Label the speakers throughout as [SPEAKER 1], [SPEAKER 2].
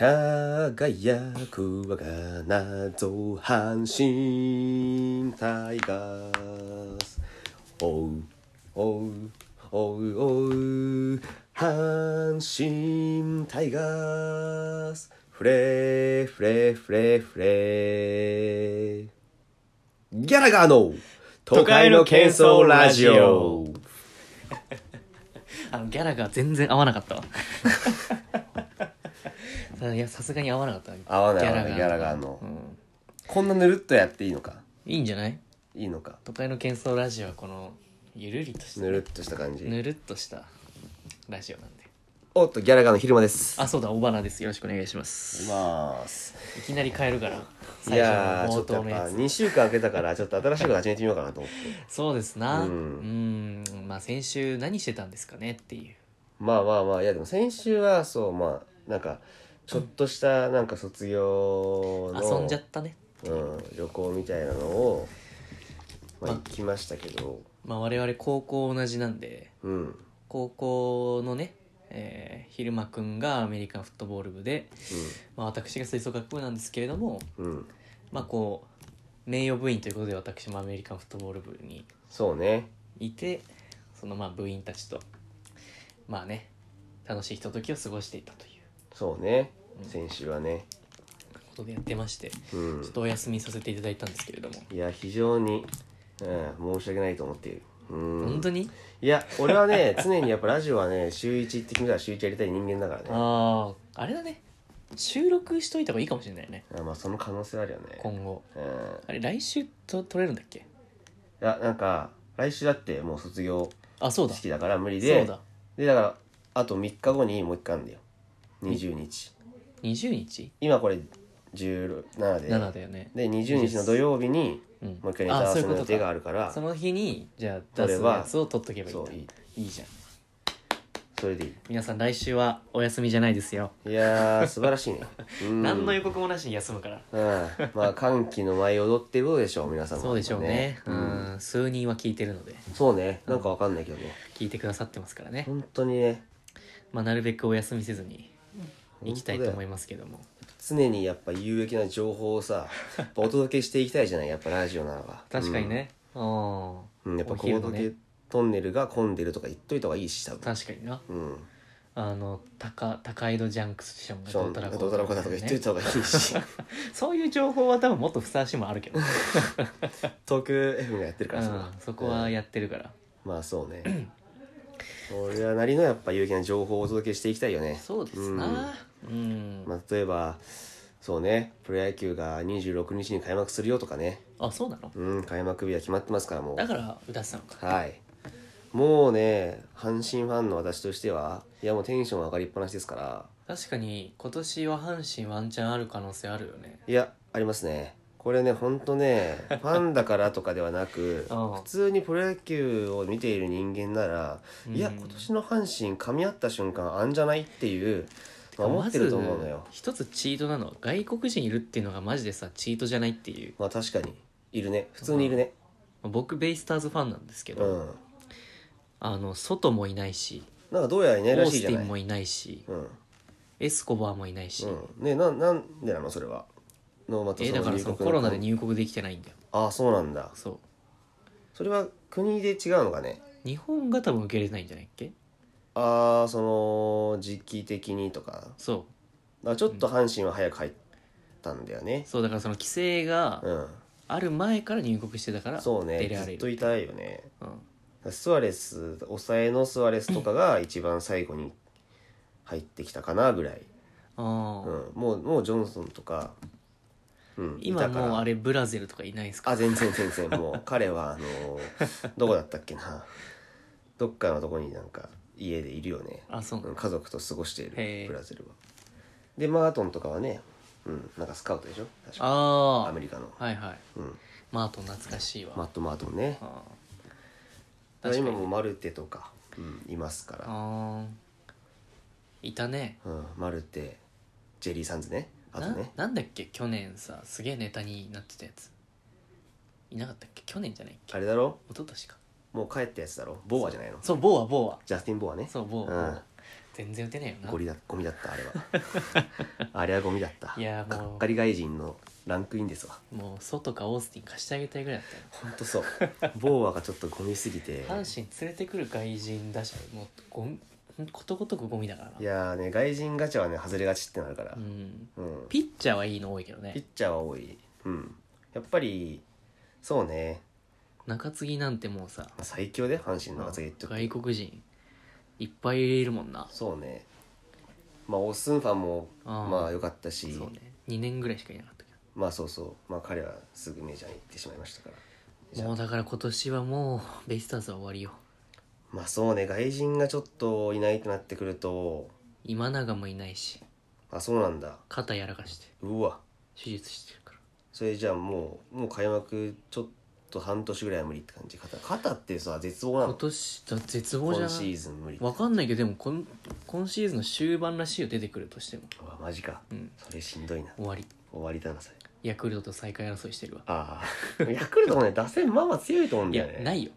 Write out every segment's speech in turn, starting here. [SPEAKER 1] 輝く我が謎阪神タイガースおうおうおうおう阪神タイガースフレフレフレフレギャラガーの都会の喧騒ラジオ
[SPEAKER 2] あのギャラが全然合わなかった わいやさすがに合わなかった
[SPEAKER 1] 合わない合わ
[SPEAKER 2] が
[SPEAKER 1] ないギャラガーの
[SPEAKER 2] うん
[SPEAKER 1] こんなぬるっとやっていいのか
[SPEAKER 2] いいんじゃない
[SPEAKER 1] いいのか
[SPEAKER 2] 都会の喧騒ラジオはこのゆるりとした
[SPEAKER 1] ぬるっとした感じ
[SPEAKER 2] ぬるっとしたラジオなんで
[SPEAKER 1] おっとギャラガーの昼間です
[SPEAKER 2] あそうだおばなですよろしくお願いします
[SPEAKER 1] ます
[SPEAKER 2] いきなり変えるから
[SPEAKER 1] いやーちょ
[SPEAKER 2] 冒
[SPEAKER 1] っとや
[SPEAKER 2] 頭
[SPEAKER 1] っ
[SPEAKER 2] の
[SPEAKER 1] ぱ
[SPEAKER 2] やつ
[SPEAKER 1] 2週間空けたからちょっと新しいこと始めてみようかなと思って
[SPEAKER 2] そうですな
[SPEAKER 1] う
[SPEAKER 2] うんんまあ先週何してたんですかねっていう
[SPEAKER 1] まあまあまあいやでも先週はそうまあなんかちょっとしたなんか卒業の
[SPEAKER 2] 遊んじゃったね
[SPEAKER 1] うん、旅行みたいなのを、まあ、
[SPEAKER 2] ま
[SPEAKER 1] 行きましたけど
[SPEAKER 2] まあ我々高校同じなんで
[SPEAKER 1] うん
[SPEAKER 2] 高校のね、えー、昼間くんがアメリカンフットボール部で、まあ、私が吹奏楽部なんですけれども
[SPEAKER 1] うんうん
[SPEAKER 2] まあこう名誉部員ということで私もアメリカンフットボール部に
[SPEAKER 1] そうね
[SPEAKER 2] いてそのまあ部員たちとまあね楽しいひとときを過ごしていたという
[SPEAKER 1] そうね
[SPEAKER 2] うん
[SPEAKER 1] 先週はね
[SPEAKER 2] ことでやってましてち
[SPEAKER 1] うん
[SPEAKER 2] ょっとお休みさせていただいたんですけれども、
[SPEAKER 1] いや非常に、うん、申し訳ないと思っているうん
[SPEAKER 2] 本当に
[SPEAKER 1] いや俺はね 常にやっぱラジオはね週1って決めたら週1やりたい人間だからね
[SPEAKER 2] あああれだね収録しといた方がいいかもしれないね
[SPEAKER 1] あまあその可能性はあるよね
[SPEAKER 2] 今後
[SPEAKER 1] うん
[SPEAKER 2] あれ来週と撮れるんだっけ
[SPEAKER 1] いやなんか来週だってもう卒業
[SPEAKER 2] あそうだそ
[SPEAKER 1] 式だから無理で
[SPEAKER 2] うだ
[SPEAKER 1] でだからあと3日後にもう1回あるんだよ20日
[SPEAKER 2] 20日
[SPEAKER 1] 今これ17で
[SPEAKER 2] 7だよね
[SPEAKER 1] で20日の土曜日に
[SPEAKER 2] うん
[SPEAKER 1] もう一回ネタ合わせの予定があ
[SPEAKER 2] る
[SPEAKER 1] るから
[SPEAKER 2] その日にじゃあ
[SPEAKER 1] そ
[SPEAKER 2] 出
[SPEAKER 1] れ
[SPEAKER 2] す
[SPEAKER 1] は
[SPEAKER 2] やつを取っとけばいいん
[SPEAKER 1] そう
[SPEAKER 2] だ
[SPEAKER 1] いい
[SPEAKER 2] いいじゃん
[SPEAKER 1] それでいい
[SPEAKER 2] 皆さん来週はお休みじゃないですよ、
[SPEAKER 1] いやー素晴らし いねうん
[SPEAKER 2] 何の予告もなしに休むから
[SPEAKER 1] うんまあ歓喜の舞い踊っていうことでしょう皆様
[SPEAKER 2] そうでしょうねう
[SPEAKER 1] うん
[SPEAKER 2] ん数人は聞いてるので
[SPEAKER 1] そうねなんかわかんないけどね
[SPEAKER 2] 聞いてくださってますからね、
[SPEAKER 1] 本当にね
[SPEAKER 2] まあ、なるべくお休みせずに行きたいと思いますけども
[SPEAKER 1] 常にやっぱ有益な情報を さやっぱお届けしていきたいじゃないやっぱラジオならば
[SPEAKER 2] 確かにね、うん、
[SPEAKER 1] うん、うんやっぱ
[SPEAKER 2] お
[SPEAKER 1] 小
[SPEAKER 2] 昼の
[SPEAKER 1] 仏
[SPEAKER 2] ね
[SPEAKER 1] トンネルが混んでるとか言っといた方がいいし多分
[SPEAKER 2] 確かにな
[SPEAKER 1] うん
[SPEAKER 2] あの高高井戸ジャンクションが
[SPEAKER 1] そう
[SPEAKER 2] ど
[SPEAKER 1] ど
[SPEAKER 2] う
[SPEAKER 1] うた
[SPEAKER 2] た
[SPEAKER 1] ら
[SPEAKER 2] らこ
[SPEAKER 1] こ
[SPEAKER 2] うたら
[SPEAKER 1] うだとか言っとい
[SPEAKER 2] ね
[SPEAKER 1] た方がいい し
[SPEAKER 2] そういう情報は多分もっとふさわしいも あるけど、ね、
[SPEAKER 1] 東京 F がやってるか
[SPEAKER 2] う
[SPEAKER 1] ら
[SPEAKER 2] んそこはやってるから、
[SPEAKER 1] まあそうね俺はなりのやっぱ有益な情報をお届けしていきたいよね
[SPEAKER 2] そうですなうん、
[SPEAKER 1] まあ、例えばそうねプロ野球が26日に開幕するよとかね
[SPEAKER 2] あそうなの
[SPEAKER 1] うん開幕日は決まってますからも
[SPEAKER 2] だ
[SPEAKER 1] う
[SPEAKER 2] から歌ってたのか
[SPEAKER 1] はいもうね阪神ファンの私としてはいやもうテンション上がりっぱなしですから
[SPEAKER 2] 確かに今年は阪神ワンチャンある可能性あるよね
[SPEAKER 1] いやありますねこれねほんとね ファンだからとかではなく
[SPEAKER 2] うん
[SPEAKER 1] 普通にプロ野球を見ている人間なら、いや
[SPEAKER 2] うん
[SPEAKER 1] 今年の阪神噛み合った瞬間あんじゃないっていう、まあ思ってると思うのよ
[SPEAKER 2] まず一つチートなの外国人いるっていうのがマジでさチートじゃないっていう
[SPEAKER 1] まあ確かにいるね普通にいるね
[SPEAKER 2] 僕ベイスターズファンなんですけ
[SPEAKER 1] う
[SPEAKER 2] ど、
[SPEAKER 1] ん
[SPEAKER 2] あの外もいないし
[SPEAKER 1] なんかどうやらいな
[SPEAKER 2] オ
[SPEAKER 1] いら
[SPEAKER 2] ー
[SPEAKER 1] しい
[SPEAKER 2] ス
[SPEAKER 1] じゃ
[SPEAKER 2] テ
[SPEAKER 1] な
[SPEAKER 2] ィ
[SPEAKER 1] い
[SPEAKER 2] ンもいないし
[SPEAKER 1] うん
[SPEAKER 2] エスコバーもいないし、
[SPEAKER 1] うん、ねななんでなのそれはノーマ
[SPEAKER 2] えだからそのコロナで入国できてないんだよ
[SPEAKER 1] ああそうなんだ
[SPEAKER 2] そ
[SPEAKER 1] それは国で違うのかね
[SPEAKER 2] う日本が多分受け入れてないんじゃないっけ
[SPEAKER 1] ああその時期的にとか
[SPEAKER 2] そ
[SPEAKER 1] あちょっと阪神は早く入ったんだよね
[SPEAKER 2] うそうだからその規制が
[SPEAKER 1] うん、
[SPEAKER 2] ある前から入国してたから
[SPEAKER 1] そう
[SPEAKER 2] 出
[SPEAKER 1] ね
[SPEAKER 2] ら
[SPEAKER 1] ず
[SPEAKER 2] れ
[SPEAKER 1] っ
[SPEAKER 2] る
[SPEAKER 1] といたいよね
[SPEAKER 2] うん
[SPEAKER 1] スアレス抑えのスアレスとかが一番最後に入ってきたかなぐらい、
[SPEAKER 2] あ
[SPEAKER 1] う
[SPEAKER 2] あ、
[SPEAKER 1] ん、もうもうジョンソンとか、うん、
[SPEAKER 2] 今
[SPEAKER 1] いたから
[SPEAKER 2] もうあれブラゼルとかいないですか
[SPEAKER 1] あ全然全然もう 彼はあのどこだったっけなどっかのとこになんか家でいるよね
[SPEAKER 2] あそう
[SPEAKER 1] う
[SPEAKER 2] な
[SPEAKER 1] ん
[SPEAKER 2] の
[SPEAKER 1] 家族と過ごしてい
[SPEAKER 2] へ
[SPEAKER 1] る
[SPEAKER 2] え
[SPEAKER 1] ブラゼルはでマートンとかはねうんなんかスカウトでしょ確かア
[SPEAKER 2] あ
[SPEAKER 1] メリカの、
[SPEAKER 2] あはいはい
[SPEAKER 1] うん、
[SPEAKER 2] マートン懐かしいわ、
[SPEAKER 1] マット・マートンね
[SPEAKER 2] あー
[SPEAKER 1] だから
[SPEAKER 2] 確か
[SPEAKER 1] 今
[SPEAKER 2] に
[SPEAKER 1] もマルテとか、うん、いますか
[SPEAKER 2] あーいたね
[SPEAKER 1] ら、うん、マルテジェリー・サンズねあと
[SPEAKER 2] な
[SPEAKER 1] ね
[SPEAKER 2] なんだっけ去年さすげえネタになってたやついなかったっけ去年じゃないっけ
[SPEAKER 1] あれだろ
[SPEAKER 2] 一昨年か
[SPEAKER 1] もう帰ったやつだろボーアじゃないの
[SPEAKER 2] そうボーアボー
[SPEAKER 1] ジャスティン・ボーアね
[SPEAKER 2] アそうボー
[SPEAKER 1] うん
[SPEAKER 2] ア、全然打てねえよ
[SPEAKER 1] ゴ
[SPEAKER 2] な
[SPEAKER 1] リだゴミだったあれは あれはゴミだった
[SPEAKER 2] いやもう
[SPEAKER 1] がっかり外人のランクインですわ
[SPEAKER 2] もう外かオースティン貸してあげたいぐらいだったよ
[SPEAKER 1] ほんと そうボーアがちょっとゴミすぎて
[SPEAKER 2] 阪神連れてくる外人打者もうゴミほんことごとくゴミだからない
[SPEAKER 1] やーね外人ガチャはね外れがちってなるから
[SPEAKER 2] う、ん
[SPEAKER 1] うん、
[SPEAKER 2] ピッチャーはいいの多いけどね
[SPEAKER 1] ピッチャーは多い、うん、やっぱりそうね
[SPEAKER 2] 中継ぎなんてもうさ
[SPEAKER 1] 最強で阪神の中継ぎって
[SPEAKER 2] 外国人いっぱいいるもんな
[SPEAKER 1] そうねまあオスンファンも
[SPEAKER 2] あー
[SPEAKER 1] まあ良かったし
[SPEAKER 2] そうね2年ぐらいしかいなかったけ
[SPEAKER 1] まあそうそうまあ彼はすぐメジャーに行ってしまいましたからじ
[SPEAKER 2] ど
[SPEAKER 1] ゃあ
[SPEAKER 2] もうだから今年はもうベイスターズは終わりよ
[SPEAKER 1] まあそうね外人がちょっといないってなってくると
[SPEAKER 2] 今永もいないし
[SPEAKER 1] あそうなんだ
[SPEAKER 2] 肩やらかして
[SPEAKER 1] うわ
[SPEAKER 2] 手術してるから
[SPEAKER 1] それじゃあもうもう開幕ちょっと半年ぐらいは無理って感じ肩肩ってさ絶望な
[SPEAKER 2] 今
[SPEAKER 1] の
[SPEAKER 2] 年だ絶望じゃ
[SPEAKER 1] 今
[SPEAKER 2] な
[SPEAKER 1] シ
[SPEAKER 2] い
[SPEAKER 1] ーズン無理
[SPEAKER 2] わかんないけどでも今今シーズンの終盤らしいよ出てくるとしても
[SPEAKER 1] うわマジか、
[SPEAKER 2] うん
[SPEAKER 1] それしんどいな
[SPEAKER 2] 終わり
[SPEAKER 1] 終わりだなそれ
[SPEAKER 2] ヤクルトと再開争いしてるわ
[SPEAKER 1] ああ ヤクルトもね打線まあまあ強いと思うん
[SPEAKER 2] い
[SPEAKER 1] だ
[SPEAKER 2] や
[SPEAKER 1] よね
[SPEAKER 2] ないよ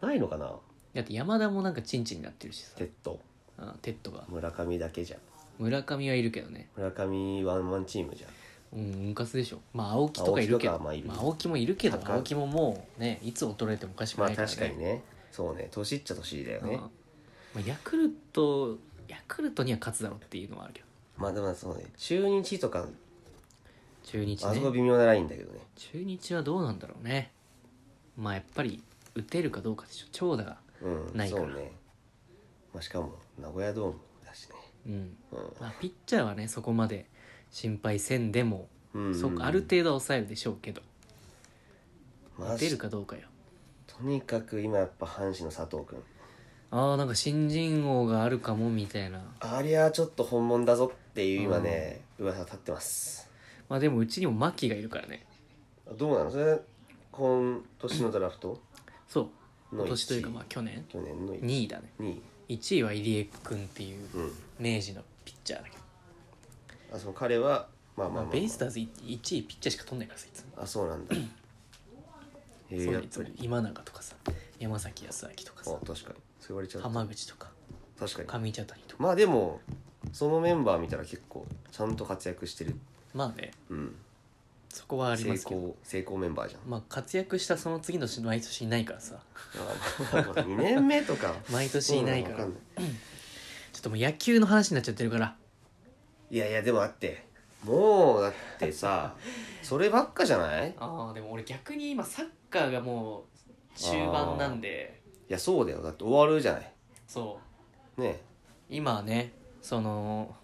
[SPEAKER 1] ないのかな
[SPEAKER 2] だって山田もなんかチンチンになってるしさ
[SPEAKER 1] テッド
[SPEAKER 2] あテッドが
[SPEAKER 1] 村上だけじゃん
[SPEAKER 2] 村上はいるけどね
[SPEAKER 1] 村上ワンマンチームじゃん
[SPEAKER 2] うんうんかすでしょまあ青木とかいるけど
[SPEAKER 1] 青木とかはまあいる
[SPEAKER 2] まあ青木もいるけど
[SPEAKER 1] 高い
[SPEAKER 2] 青木ももうねいつ衰えてもおかしく
[SPEAKER 1] ま
[SPEAKER 2] な
[SPEAKER 1] あ
[SPEAKER 2] いから、ね、
[SPEAKER 1] 確かにねそうね年っちゃ年だよ
[SPEAKER 2] うん
[SPEAKER 1] ね、
[SPEAKER 2] まあ、ヤクルトヤクルトには勝つだろうっていうのはあるけど
[SPEAKER 1] まあでもそうね中日とか
[SPEAKER 2] 中日
[SPEAKER 1] あそこ
[SPEAKER 2] ね
[SPEAKER 1] 微妙なラインだけどね
[SPEAKER 2] 中日はどうなんだろうねまあやっぱり打てるかどうかでしょ長打が
[SPEAKER 1] うん
[SPEAKER 2] ないから
[SPEAKER 1] そうね、まあ、しかも名古屋ドームだしね
[SPEAKER 2] うん、
[SPEAKER 1] う
[SPEAKER 2] まあ、ピッチャーはねそこまで心配せんでも、
[SPEAKER 1] ん、うん、
[SPEAKER 2] そうある程度は抑えるでしょうけど
[SPEAKER 1] まあ
[SPEAKER 2] 打てるかどうかよ
[SPEAKER 1] とにかく今やっぱ阪神の佐藤君
[SPEAKER 2] ああなんか新人王があるかもみたいな
[SPEAKER 1] ありゃちょっと本物だぞっていう今ね、噂立ってます
[SPEAKER 2] まあでもうちにも牧がいるからね
[SPEAKER 1] どうなのそれ今年のドラフト
[SPEAKER 2] そう
[SPEAKER 1] の
[SPEAKER 2] 今年というか
[SPEAKER 1] 1位
[SPEAKER 2] まあ去年
[SPEAKER 1] 去年の2
[SPEAKER 2] 2位だね
[SPEAKER 1] 位
[SPEAKER 2] 1位は入江君っていう
[SPEAKER 1] うん
[SPEAKER 2] 明治のピッチャーだけど、
[SPEAKER 1] あその彼はまあま
[SPEAKER 2] ま
[SPEAKER 1] あまあ、
[SPEAKER 2] あ、ベイスターズ1位ピッチャーしか取んないからさいつも、
[SPEAKER 1] あそう なんだへえ
[SPEAKER 2] そう
[SPEAKER 1] やっ
[SPEAKER 2] いつ
[SPEAKER 1] ぱ
[SPEAKER 2] も
[SPEAKER 1] り
[SPEAKER 2] 今永とかさ山崎康明とか
[SPEAKER 1] あ
[SPEAKER 2] さ
[SPEAKER 1] 確かにそう言われちゃうと
[SPEAKER 2] 浜口とか
[SPEAKER 1] 確かに
[SPEAKER 2] 上茶谷とか
[SPEAKER 1] まあでもそのメンバー見たら結構ちゃんと活躍してる
[SPEAKER 2] まあね
[SPEAKER 1] うん
[SPEAKER 2] そこはあり
[SPEAKER 1] 成
[SPEAKER 2] ますけど
[SPEAKER 1] 功成功メンバーじゃん
[SPEAKER 2] まあ活躍したその次の年毎年いないからさ
[SPEAKER 1] 2年目とか
[SPEAKER 2] 毎年いないから
[SPEAKER 1] そうのわん
[SPEAKER 2] ちょっともう野球の話になっちゃってるから
[SPEAKER 1] いやいやでもあってもうだって さそればっかじゃないい
[SPEAKER 2] ああでも俺逆に今サッカーがもう終盤なんで
[SPEAKER 1] やそうだよだって終わるじゃない
[SPEAKER 2] そう
[SPEAKER 1] ね
[SPEAKER 2] 今はねその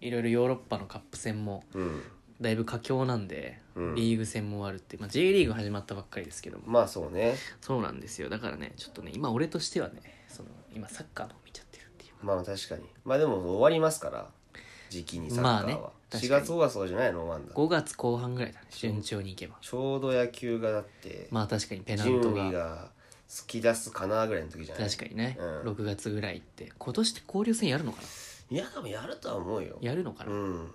[SPEAKER 2] いろいろヨーロッパのカップ戦も
[SPEAKER 1] うん
[SPEAKER 2] だいぶ佳境なんで、
[SPEAKER 1] うん
[SPEAKER 2] リーグ戦も終わるって、まあ、J リーグ始まったばっかりですけども
[SPEAKER 1] まあそうね
[SPEAKER 2] そうなんですよだからねちょっとね今俺としてはねその今サッカーの方見ちゃってるっていう
[SPEAKER 1] まあ確かにまあでも終わりますから時期にサッカーは、
[SPEAKER 2] まあね
[SPEAKER 1] 4
[SPEAKER 2] 確かに
[SPEAKER 1] 月5月はじゃないのワンダ
[SPEAKER 2] 5月後半ぐらいだね順調にいけば
[SPEAKER 1] ちょうど野球がだって、
[SPEAKER 2] まあ確かにペナ
[SPEAKER 1] 準
[SPEAKER 2] ント
[SPEAKER 1] 備
[SPEAKER 2] が
[SPEAKER 1] が突き出すかなぐらいの時じゃない
[SPEAKER 2] 確かにね、
[SPEAKER 1] うん
[SPEAKER 2] 6月ぐらいって今年って交流戦やるのかない
[SPEAKER 1] やでもやるとは思うよ
[SPEAKER 2] やるのかな、
[SPEAKER 1] うん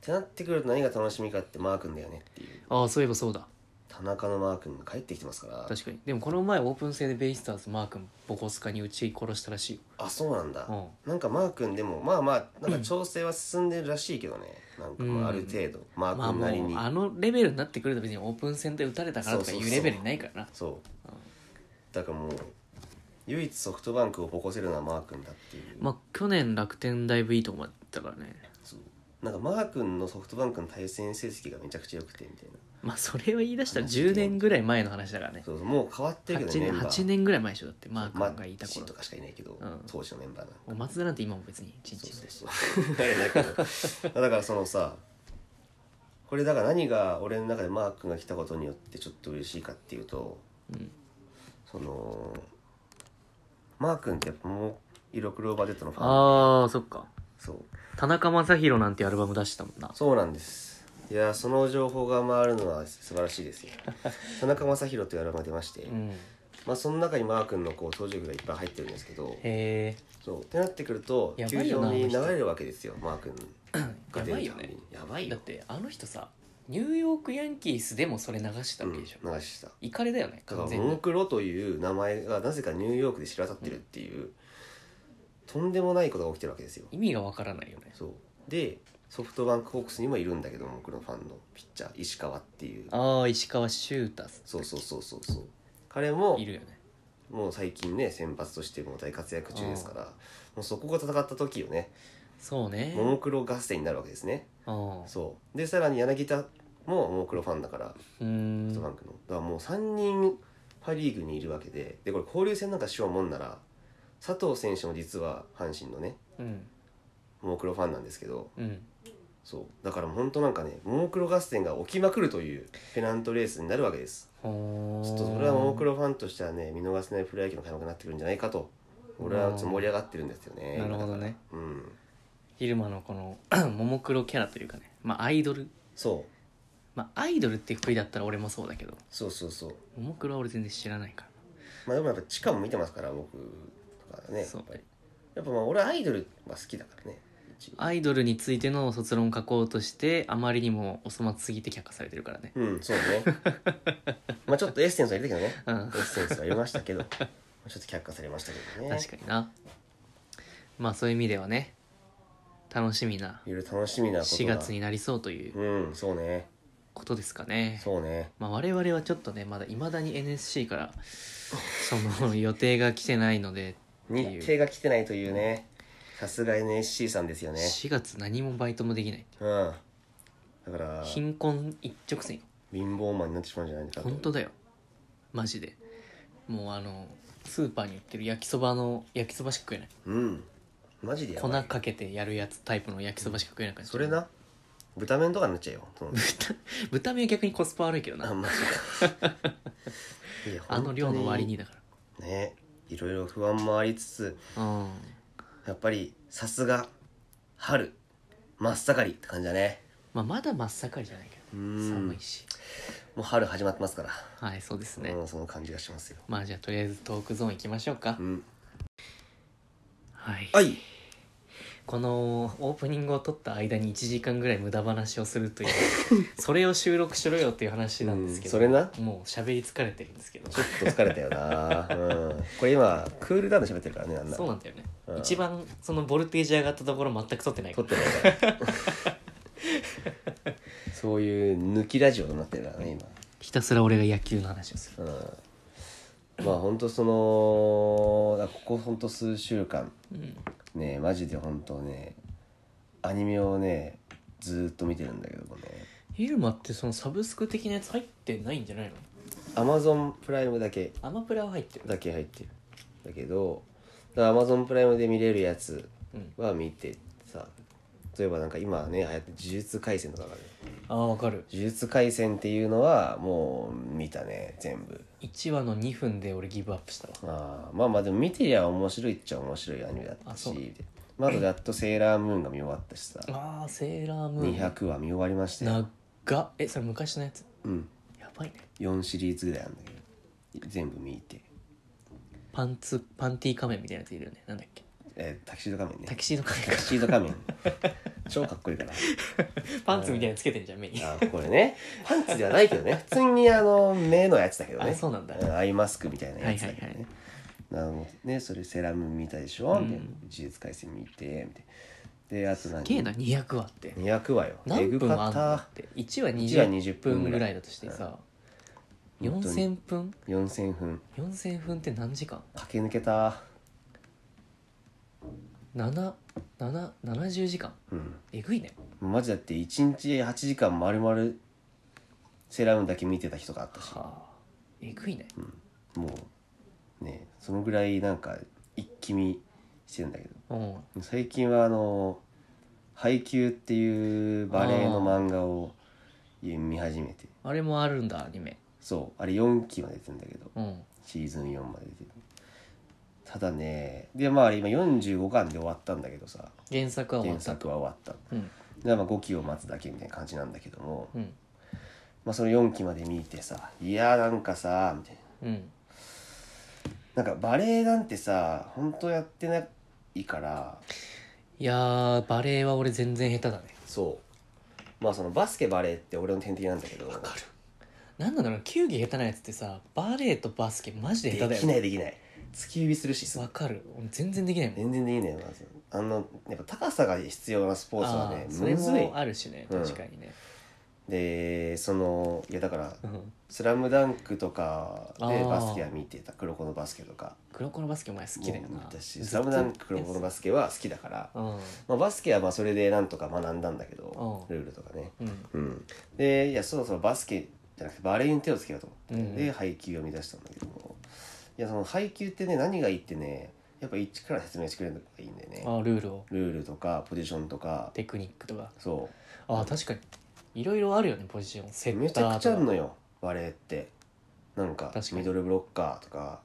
[SPEAKER 1] ってなってくると何が楽しみかってマー君だよねっていう
[SPEAKER 2] ああそういえばそうだ
[SPEAKER 1] 田中のマー君が帰ってきてますから
[SPEAKER 2] 確かにでもこの前オープン戦でベイスターズマー君ボコスカに打ち殺したらしいよ
[SPEAKER 1] あそうなんだ、
[SPEAKER 2] うん
[SPEAKER 1] なんかマー君でもまあまあなんか 調整は進んでるらしいけどね、なんかまあある程度、マ
[SPEAKER 2] ま
[SPEAKER 1] ー
[SPEAKER 2] あ
[SPEAKER 1] 君
[SPEAKER 2] もう
[SPEAKER 1] なりに、
[SPEAKER 2] あのレベルになってくると別にオープン戦で打たれたからとか
[SPEAKER 1] そう
[SPEAKER 2] い
[SPEAKER 1] そう
[SPEAKER 2] う
[SPEAKER 1] そう
[SPEAKER 2] レベルにないからな
[SPEAKER 1] そう、だからもう唯一ソフトバンクをボコせるのはマー君だっていう、
[SPEAKER 2] まあ去年楽天だいぶいいと思ったからね
[SPEAKER 1] そうなんかマー君のソフトバンクの対戦成績がめちゃくちゃ良くてみたいな
[SPEAKER 2] まあそれを言い出したら10年ぐらい前の話だからね
[SPEAKER 1] そうそうもう変わってるけど
[SPEAKER 2] 8
[SPEAKER 1] メ
[SPEAKER 2] 年
[SPEAKER 1] ンバー
[SPEAKER 2] ,8 年ぐらい前でしょだってマー
[SPEAKER 1] マ
[SPEAKER 2] 君がいた
[SPEAKER 1] ッチ
[SPEAKER 2] 頃
[SPEAKER 1] とかしかいないけど、
[SPEAKER 2] ん
[SPEAKER 1] 当時のメンバーなんか
[SPEAKER 2] もう松田なんて今も別にチンチンだし
[SPEAKER 1] そうそうそう あれだけどだからそのさこれだから何が俺の中でマー君が来たことによってちょっと嬉しいかっていうと、
[SPEAKER 2] うん
[SPEAKER 1] そのマー君ってやっぱもう色黒バデットのファン
[SPEAKER 2] ああそっか
[SPEAKER 1] そう
[SPEAKER 2] 田中将大なんてアルバム出してたもんな
[SPEAKER 1] そうなんですいやーその情報が回るのは素晴らしいですよ田中将大というアルバムが出まして、
[SPEAKER 2] うんへ
[SPEAKER 1] まあ、その中にマー君のこう登場曲がいっぱい入ってるんですけど
[SPEAKER 2] え
[SPEAKER 1] そうってなってくると
[SPEAKER 2] やば
[SPEAKER 1] 球
[SPEAKER 2] いよ
[SPEAKER 1] 場
[SPEAKER 2] な
[SPEAKER 1] に
[SPEAKER 2] あの
[SPEAKER 1] 流
[SPEAKER 2] 人
[SPEAKER 1] れるわけですよマー君が
[SPEAKER 2] や
[SPEAKER 1] 出
[SPEAKER 2] ば
[SPEAKER 1] る
[SPEAKER 2] いよ
[SPEAKER 1] たび
[SPEAKER 2] ね
[SPEAKER 1] にやばい
[SPEAKER 2] だっ
[SPEAKER 1] よ
[SPEAKER 2] てあの人さニューヨークヤンキースでもそれ流してたわけでしょ、
[SPEAKER 1] うん流してた
[SPEAKER 2] イカレだよね
[SPEAKER 1] だか
[SPEAKER 2] 完
[SPEAKER 1] ら
[SPEAKER 2] 全
[SPEAKER 1] モン
[SPEAKER 2] に
[SPEAKER 1] クロという名前がなぜかニューヨークで知らさってるっていう、とんでもないことが起きてるわけですよ
[SPEAKER 2] 意味がわからないよね
[SPEAKER 1] そうでソフトバンクホークスにもいるんだけども僕のファンのピッチャー石川っていう
[SPEAKER 2] ああ石川修太さ
[SPEAKER 1] そうそうそうそうそう彼も
[SPEAKER 2] んいるよね
[SPEAKER 1] もう最近ね先発としても大活躍中ですからもうそこが戦った時よね
[SPEAKER 2] そうね
[SPEAKER 1] ももクロ合戦になるわけですね
[SPEAKER 2] ああ
[SPEAKER 1] そうでさらに柳田もももクロファンだから
[SPEAKER 2] うー
[SPEAKER 1] ソフトバ
[SPEAKER 2] ん
[SPEAKER 1] ンクのだからもう3人パ・リーグにいるわけででこれ交流戦なんかしようもんなら佐藤選手も実は阪神のね
[SPEAKER 2] うん
[SPEAKER 1] ももクロファンなんですけど
[SPEAKER 2] うん
[SPEAKER 1] そうだから本当なんかねももクロ合戦が起きまくるというペナントレースになるわけです
[SPEAKER 2] ほー
[SPEAKER 1] ちょっとそれはももクロファンとしてはね見逃せないプロ野球の開幕になってくるんじゃないかと俺はちょっと盛り上がってるんですよね
[SPEAKER 2] なるほどね
[SPEAKER 1] 今だからうん
[SPEAKER 2] 昼間のこの ももクロキャラというかねまあアイドル
[SPEAKER 1] そう
[SPEAKER 2] まあアイドルっていうくくりだったら俺もそうだけど
[SPEAKER 1] そうそうそう
[SPEAKER 2] ももクロは俺全然知らないから
[SPEAKER 1] まあでもやっぱ地下も見てますから僕とかねやっ
[SPEAKER 2] そう
[SPEAKER 1] ぱりやっぱまあ俺アイドルが好きだからね一
[SPEAKER 2] アイドルについての卒論を書こうとしてあまりにもお粗末すぎて却下されてるからね
[SPEAKER 1] うんそうね まあちょっとエッセンスはいるけどね
[SPEAKER 2] うん
[SPEAKER 1] エッセンスは入れましたけどちょっと却下されましたけどね
[SPEAKER 2] 確かになまあそういう意味ではね楽しみない
[SPEAKER 1] ろいろ楽しみなことが
[SPEAKER 2] 4月になりそうという
[SPEAKER 1] うんそうね
[SPEAKER 2] ことですかね
[SPEAKER 1] そうね
[SPEAKER 2] まあ我々はちょっとねまだいまだに NSC からその予定が来てないのでって
[SPEAKER 1] 日
[SPEAKER 2] いう
[SPEAKER 1] 程が来てないというねさすが NSC さんですよね
[SPEAKER 2] 4月何もバイトもできない
[SPEAKER 1] うんだから
[SPEAKER 2] 貧困一直線よ
[SPEAKER 1] 貧乏マンになってしまうんじゃないかと
[SPEAKER 2] 本当だよマジでもうあのスーパーに売ってる焼きそばの焼きそばしか食えない
[SPEAKER 1] うんマジでや
[SPEAKER 2] 粉
[SPEAKER 1] ばい
[SPEAKER 2] かけてやるやつタイプの焼きそばしか食えなくなっちゃう
[SPEAKER 1] それな豚麺とかになっちゃうよその
[SPEAKER 2] 豚豚麺は逆にコスパ悪いけど
[SPEAKER 1] あ
[SPEAKER 2] な
[SPEAKER 1] マジ かいや
[SPEAKER 2] あの量の割にだか
[SPEAKER 1] 本当にねいろいろ不安もありつつ
[SPEAKER 2] らうん
[SPEAKER 1] やっぱりさすが春真っ盛りって感じだね
[SPEAKER 2] まあまだ真っ盛りじゃないけど
[SPEAKER 1] うん
[SPEAKER 2] 寒いし
[SPEAKER 1] もう春始まってますから、
[SPEAKER 2] はいそうですね
[SPEAKER 1] うんその感じがしますよ
[SPEAKER 2] まあじゃあとりあえずトークゾーン行きましょうか
[SPEAKER 1] うん
[SPEAKER 2] はい
[SPEAKER 1] はい
[SPEAKER 2] このオープニングを撮った間に1時間ぐらい無駄話をするという それを収録しろよっていう話なんですけど
[SPEAKER 1] うんそれな
[SPEAKER 2] もう喋り疲れてるんですけど
[SPEAKER 1] ちょっと疲れたよな、うん、これ今クールダウンで喋ってるからねあんな
[SPEAKER 2] そうなんだよね、
[SPEAKER 1] うん
[SPEAKER 2] 一番そのボルテージ上がったところ全く撮ってないか
[SPEAKER 1] 撮っ
[SPEAKER 2] ら
[SPEAKER 1] てないからそういう抜きラジオになってるからね今
[SPEAKER 2] ひたすら俺が野球の話をする
[SPEAKER 1] うんまあ本当そのだからここ本当数週間
[SPEAKER 2] うん
[SPEAKER 1] ねマジで本当ねアニメをねずーっと見てるんだけどもね
[SPEAKER 2] イルマってそのサブスク的なやつ入ってないんじゃないの
[SPEAKER 1] アマゾンプライムだけ
[SPEAKER 2] アマプラは入ってる
[SPEAKER 1] だけ入ってるだけどアマゾンプライムで見れるやつ
[SPEAKER 2] うん
[SPEAKER 1] は見てさ例えばなんか今ね流行って「呪術廻戦」とかがある
[SPEAKER 2] ああわかる
[SPEAKER 1] 呪術廻戦」っていうのはもう見たね全部
[SPEAKER 2] 1話の2分で俺ギブアップしたわ
[SPEAKER 1] あーまあまあでも見てりゃ面白いっちゃ面白いアニメだった
[SPEAKER 2] あそう
[SPEAKER 1] しまああとやっと「セーラームーン」が見終わったしさ
[SPEAKER 2] あーセーラームーン
[SPEAKER 1] 200話見終わりましたよ、
[SPEAKER 2] 長っえそれ昔のやつ
[SPEAKER 1] うん、
[SPEAKER 2] やばいね
[SPEAKER 1] 4シリーズぐらいあるんだけど全部見て、
[SPEAKER 2] パンツパンティー仮面みたいなやついるよねなんだっけ
[SPEAKER 1] えータキシード仮面
[SPEAKER 2] タ
[SPEAKER 1] ね
[SPEAKER 2] キシード仮
[SPEAKER 1] タ
[SPEAKER 2] 面
[SPEAKER 1] キシード仮面超かっこいいから
[SPEAKER 2] パンツみたいなのつけてんじゃん目に
[SPEAKER 1] あこれねパンツではないけどね普通にあの目のやつだけどね
[SPEAKER 2] あそうなんだ
[SPEAKER 1] アイマスクみたいなやつだけど
[SPEAKER 2] はいはい
[SPEAKER 1] ね、なのねそれセーラームーン見たでしょ、
[SPEAKER 2] うん
[SPEAKER 1] みたいな呪術廻戦見てみたいなであと何
[SPEAKER 2] ゲーな200話って
[SPEAKER 1] 200話よ
[SPEAKER 2] 何分あんの
[SPEAKER 1] た
[SPEAKER 2] って1話
[SPEAKER 1] 1話
[SPEAKER 2] 20
[SPEAKER 1] 20
[SPEAKER 2] 分
[SPEAKER 1] 分
[SPEAKER 2] ぐ
[SPEAKER 1] ぐ
[SPEAKER 2] ら
[SPEAKER 1] ら
[SPEAKER 2] い
[SPEAKER 1] い
[SPEAKER 2] だとしてさ
[SPEAKER 1] うん本当に
[SPEAKER 2] 4000分
[SPEAKER 1] 4000分
[SPEAKER 2] 4000分って何時間
[SPEAKER 1] 駆け抜けた
[SPEAKER 2] 7770時間
[SPEAKER 1] うん
[SPEAKER 2] えぐいね
[SPEAKER 1] マジだって1日8時間丸々セーラームーンだけ見てた人があったし
[SPEAKER 2] はあえぐいね
[SPEAKER 1] もうねそのぐらいなんか一気見してるんだけど
[SPEAKER 2] うん
[SPEAKER 1] 最近はあの「配給」っていうバレエの漫画を見始めて
[SPEAKER 2] あれもあるんだアニメ
[SPEAKER 1] そうあれ4期まで出てんだけど
[SPEAKER 2] うん
[SPEAKER 1] シーズン4まで出てるただねでまあ今45巻で終わったんだけどさ
[SPEAKER 2] 原作は終わ
[SPEAKER 1] 原
[SPEAKER 2] った
[SPEAKER 1] 作は終わった
[SPEAKER 2] うん
[SPEAKER 1] でまあ5期を待つだけみたいな感じなんだけども、
[SPEAKER 2] うん
[SPEAKER 1] まあ、その4期まで見てさいやーなんかさみたいな
[SPEAKER 2] うん
[SPEAKER 1] なんかバレエなんてさ本当やってないから
[SPEAKER 2] いやーバレーは俺全然下手だね
[SPEAKER 1] そうまあそのバスケバレエって俺の天敵なんだけどわかる
[SPEAKER 2] なんなんだろう球技下手なやつってさバレーとバスケマジで下手だよ
[SPEAKER 1] でき
[SPEAKER 2] ね
[SPEAKER 1] ないできない突き指するしさ
[SPEAKER 2] わかる俺全然できないも
[SPEAKER 1] 全
[SPEAKER 2] ん
[SPEAKER 1] 然できないよまずあのやっぱ高さが必要なスポーツはね
[SPEAKER 2] あーそれ
[SPEAKER 1] むずい
[SPEAKER 2] もあるしね
[SPEAKER 1] うん
[SPEAKER 2] 確かにね、
[SPEAKER 1] でそのいやだから
[SPEAKER 2] うん、
[SPEAKER 1] 「スラムダンクとか
[SPEAKER 2] あ
[SPEAKER 1] で
[SPEAKER 2] ー
[SPEAKER 1] バスケは見てた黒子のバスケとか
[SPEAKER 2] 黒子のバスケお前好きだよ
[SPEAKER 1] もう
[SPEAKER 2] な
[SPEAKER 1] 見たし「スラムダンク黒子のバスケは好きだから、
[SPEAKER 2] うんうん
[SPEAKER 1] まあ、バスケはまあそれでなんとか学んだんだけど
[SPEAKER 2] うん
[SPEAKER 1] ルールとかねうんでいやそろそろバスケじゃなくてバレーに手をつけようと思って、
[SPEAKER 2] うん
[SPEAKER 1] で配球を目指したんだけどもいやその配球ってね何がいいってねやっぱ一から説明してくれるのがいいんだよね
[SPEAKER 2] あールールを
[SPEAKER 1] ルールとかポジションとか
[SPEAKER 2] テクニックとか
[SPEAKER 1] そう
[SPEAKER 2] あー確かにいろいろあるよねポジションセ
[SPEAKER 1] め
[SPEAKER 2] ッ
[SPEAKER 1] ちゃ
[SPEAKER 2] ター
[SPEAKER 1] くちゃあん
[SPEAKER 2] とか
[SPEAKER 1] のよバレーってなんか
[SPEAKER 2] 確かに
[SPEAKER 1] ミドルブロッカーとか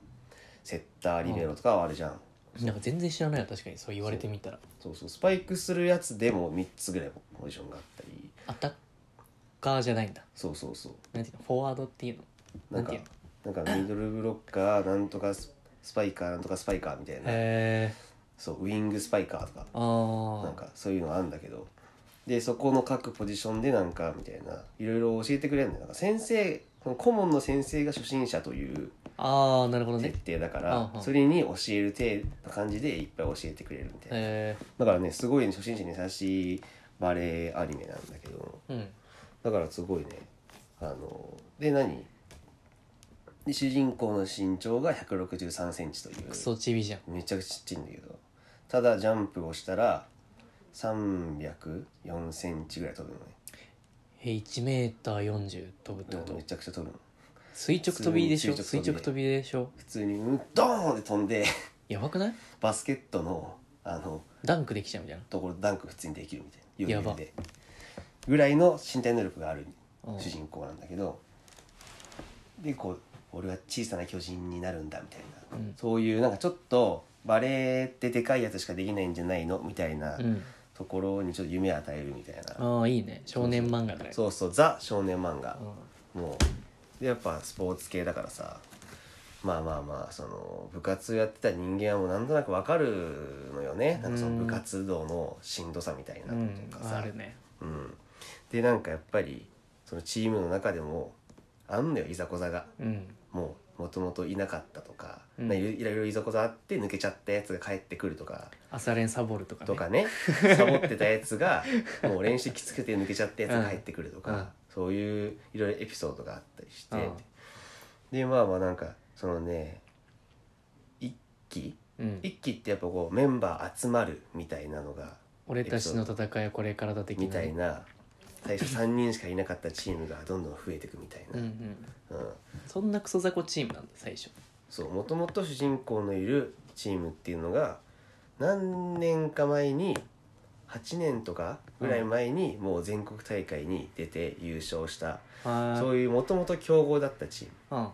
[SPEAKER 1] セッターリベロとかはあるじゃん、
[SPEAKER 2] なんか全然知らないよ確かにそう言われてみたら
[SPEAKER 1] そうそうスパイクするやつでも3つぐらいポジションがあったり
[SPEAKER 2] アタッカーじゃないんだ
[SPEAKER 1] そうそうそう
[SPEAKER 2] なんていうのフォワードっていう
[SPEAKER 1] な
[SPEAKER 2] の
[SPEAKER 1] んか
[SPEAKER 2] なんて
[SPEAKER 1] なんかミドルブロッカーなんとかススパイカーなんとかスパイカーみたいな
[SPEAKER 2] へえ
[SPEAKER 1] そうウイングスパイカーとか
[SPEAKER 2] あー
[SPEAKER 1] なんかそういうのあるんだけどでそこの各ポジションでなんかみたいないろいろ教えてくれるんだよなんか先生その顧問の先生が初心者という
[SPEAKER 2] あーなるほどね
[SPEAKER 1] 設定だか
[SPEAKER 2] うん
[SPEAKER 1] ら
[SPEAKER 2] うん
[SPEAKER 1] それに教える手の感じでいっぱい教えてくれるみたいな
[SPEAKER 2] へ
[SPEAKER 1] だからねすごい初心者に優しいバレエアニメなんだけど
[SPEAKER 2] えうん
[SPEAKER 1] だからすごいねあので何で主人公の身長が1 6 3センチという
[SPEAKER 2] クソチビじゃん
[SPEAKER 1] めちゃくちゃちっちゃいんだけどただジャンプをしたら304センチぐらい飛ぶのね
[SPEAKER 2] え1メーター40飛ぶってこ
[SPEAKER 1] うん
[SPEAKER 2] と
[SPEAKER 1] めちゃくちゃ飛ぶの
[SPEAKER 2] 垂直飛びでしょ
[SPEAKER 1] 垂
[SPEAKER 2] 垂
[SPEAKER 1] 直
[SPEAKER 2] 直
[SPEAKER 1] 飛
[SPEAKER 2] 飛びでしょ
[SPEAKER 1] 普通にうんドーンって飛んで
[SPEAKER 2] やばくない
[SPEAKER 1] バスケットのあの
[SPEAKER 2] ダンクできちゃうみたいな
[SPEAKER 1] ところダンク普通にできるみたいな
[SPEAKER 2] やば
[SPEAKER 1] 余裕でぐらいの身体能力がある
[SPEAKER 2] うん
[SPEAKER 1] 主人公なんだけどでこう俺は小さな巨人になるんだみたいな、
[SPEAKER 2] うん
[SPEAKER 1] そういうなんかちょっとバレーってでかいやつしかできないんじゃないのみたいな
[SPEAKER 2] うん
[SPEAKER 1] ところにちょっと夢を与えるみたいな、
[SPEAKER 2] ああいいね少年漫画だね
[SPEAKER 1] そうそうザ少年漫画
[SPEAKER 2] うん
[SPEAKER 1] もうでやっぱスポーツ系だからさまあまあまあその部活やってた人間はもうなんとなくわかるのよねなんかその部活動のしんどさみたいな
[SPEAKER 2] う
[SPEAKER 1] の
[SPEAKER 2] ん
[SPEAKER 1] とか
[SPEAKER 2] あ
[SPEAKER 1] さ、
[SPEAKER 2] るね
[SPEAKER 1] うんでなんかやっぱりそのチームの中でもあんのよいざこざが
[SPEAKER 2] うん
[SPEAKER 1] もうもともといなかったとか、
[SPEAKER 2] うん
[SPEAKER 1] まあいろいろいろいざこざあって抜けちゃったやつが帰ってくるとか
[SPEAKER 2] 朝練サボるとかね
[SPEAKER 1] とかねサボってたやつがもう練習きつくて抜けちゃったやつが入ってくるとか、
[SPEAKER 2] うん
[SPEAKER 1] そういういろいろエピソードがあったりして、
[SPEAKER 2] うん
[SPEAKER 1] でまあまあなんかそのね一期
[SPEAKER 2] うん
[SPEAKER 1] 一期ってやっぱこうメンバー集まるみたいなのが
[SPEAKER 2] 俺たちの戦いはこれからだ的な
[SPEAKER 1] みたいな最初3人しかいなかったチームがどんどん増えていくみたい
[SPEAKER 2] うん
[SPEAKER 1] な、う
[SPEAKER 2] う
[SPEAKER 1] ん
[SPEAKER 2] んそんなクソ雑魚チームなんだ最初
[SPEAKER 1] そうもともと主人公のいるチームっていうのが何年か前に8年とかぐらい前にもう全国大会に出て優勝した、
[SPEAKER 2] は
[SPEAKER 1] そう
[SPEAKER 2] い
[SPEAKER 1] いうもともと強豪だったチー
[SPEAKER 2] うんあ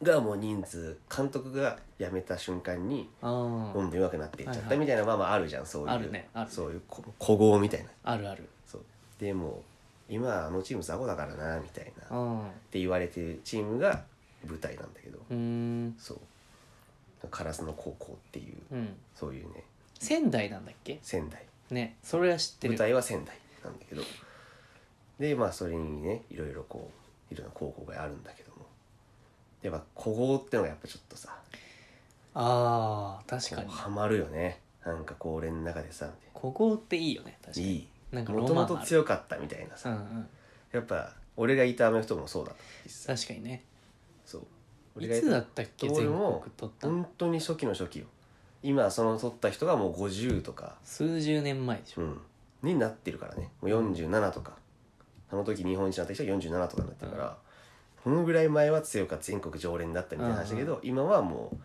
[SPEAKER 1] ムがもう人数監督が辞めた瞬間に
[SPEAKER 2] あ
[SPEAKER 1] どんどん弱くなっていっちゃっ
[SPEAKER 2] はい
[SPEAKER 1] た
[SPEAKER 2] はい
[SPEAKER 1] みたいなまあまああるじゃんそういう
[SPEAKER 2] あるねあるね
[SPEAKER 1] そういうこ古豪みたいな
[SPEAKER 2] あるある
[SPEAKER 1] そうでもう今あのチーム雑魚だからなみたいな
[SPEAKER 2] う
[SPEAKER 1] っ
[SPEAKER 2] んう
[SPEAKER 1] て言われてるチームが舞台なんだけど、
[SPEAKER 2] ーん
[SPEAKER 1] そう烏野高校っていう
[SPEAKER 2] うん
[SPEAKER 1] そういうね
[SPEAKER 2] 仙台なんだっけ
[SPEAKER 1] 仙台
[SPEAKER 2] ねそれは知って
[SPEAKER 1] 舞
[SPEAKER 2] る
[SPEAKER 1] 台は仙台なんだけどでまあそれにねいろいろこういろんな高校があるんだけどもやっぱ古豪ってのがやっぱちょっとさ
[SPEAKER 2] ああ確か
[SPEAKER 1] こう
[SPEAKER 2] に
[SPEAKER 1] ハマるよねなんかこう俺の中でさ
[SPEAKER 2] 古豪っていいよね確か
[SPEAKER 1] い
[SPEAKER 2] に
[SPEAKER 1] い
[SPEAKER 2] なんかロ
[SPEAKER 1] も
[SPEAKER 2] マ
[SPEAKER 1] と
[SPEAKER 2] ンあ
[SPEAKER 1] も
[SPEAKER 2] る
[SPEAKER 1] と強かったみたいな
[SPEAKER 2] う
[SPEAKER 1] さ、
[SPEAKER 2] んうん
[SPEAKER 1] やっぱ俺がいたアメフト部もそうだった実際
[SPEAKER 2] 確かにね
[SPEAKER 1] そう
[SPEAKER 2] い
[SPEAKER 1] 俺がい
[SPEAKER 2] つだ
[SPEAKER 1] た
[SPEAKER 2] ったっけ
[SPEAKER 1] 俺
[SPEAKER 2] 全
[SPEAKER 1] も
[SPEAKER 2] 国取ったの
[SPEAKER 1] 本当に初期の初期よ今その取った人がもう50とか
[SPEAKER 2] 数十年前でしょ
[SPEAKER 1] うん、になってるからねもう47とかあの時日本一になった人が47とかになってるから、このぐらい前は強か全国常連だったみたいな話だけど、今はも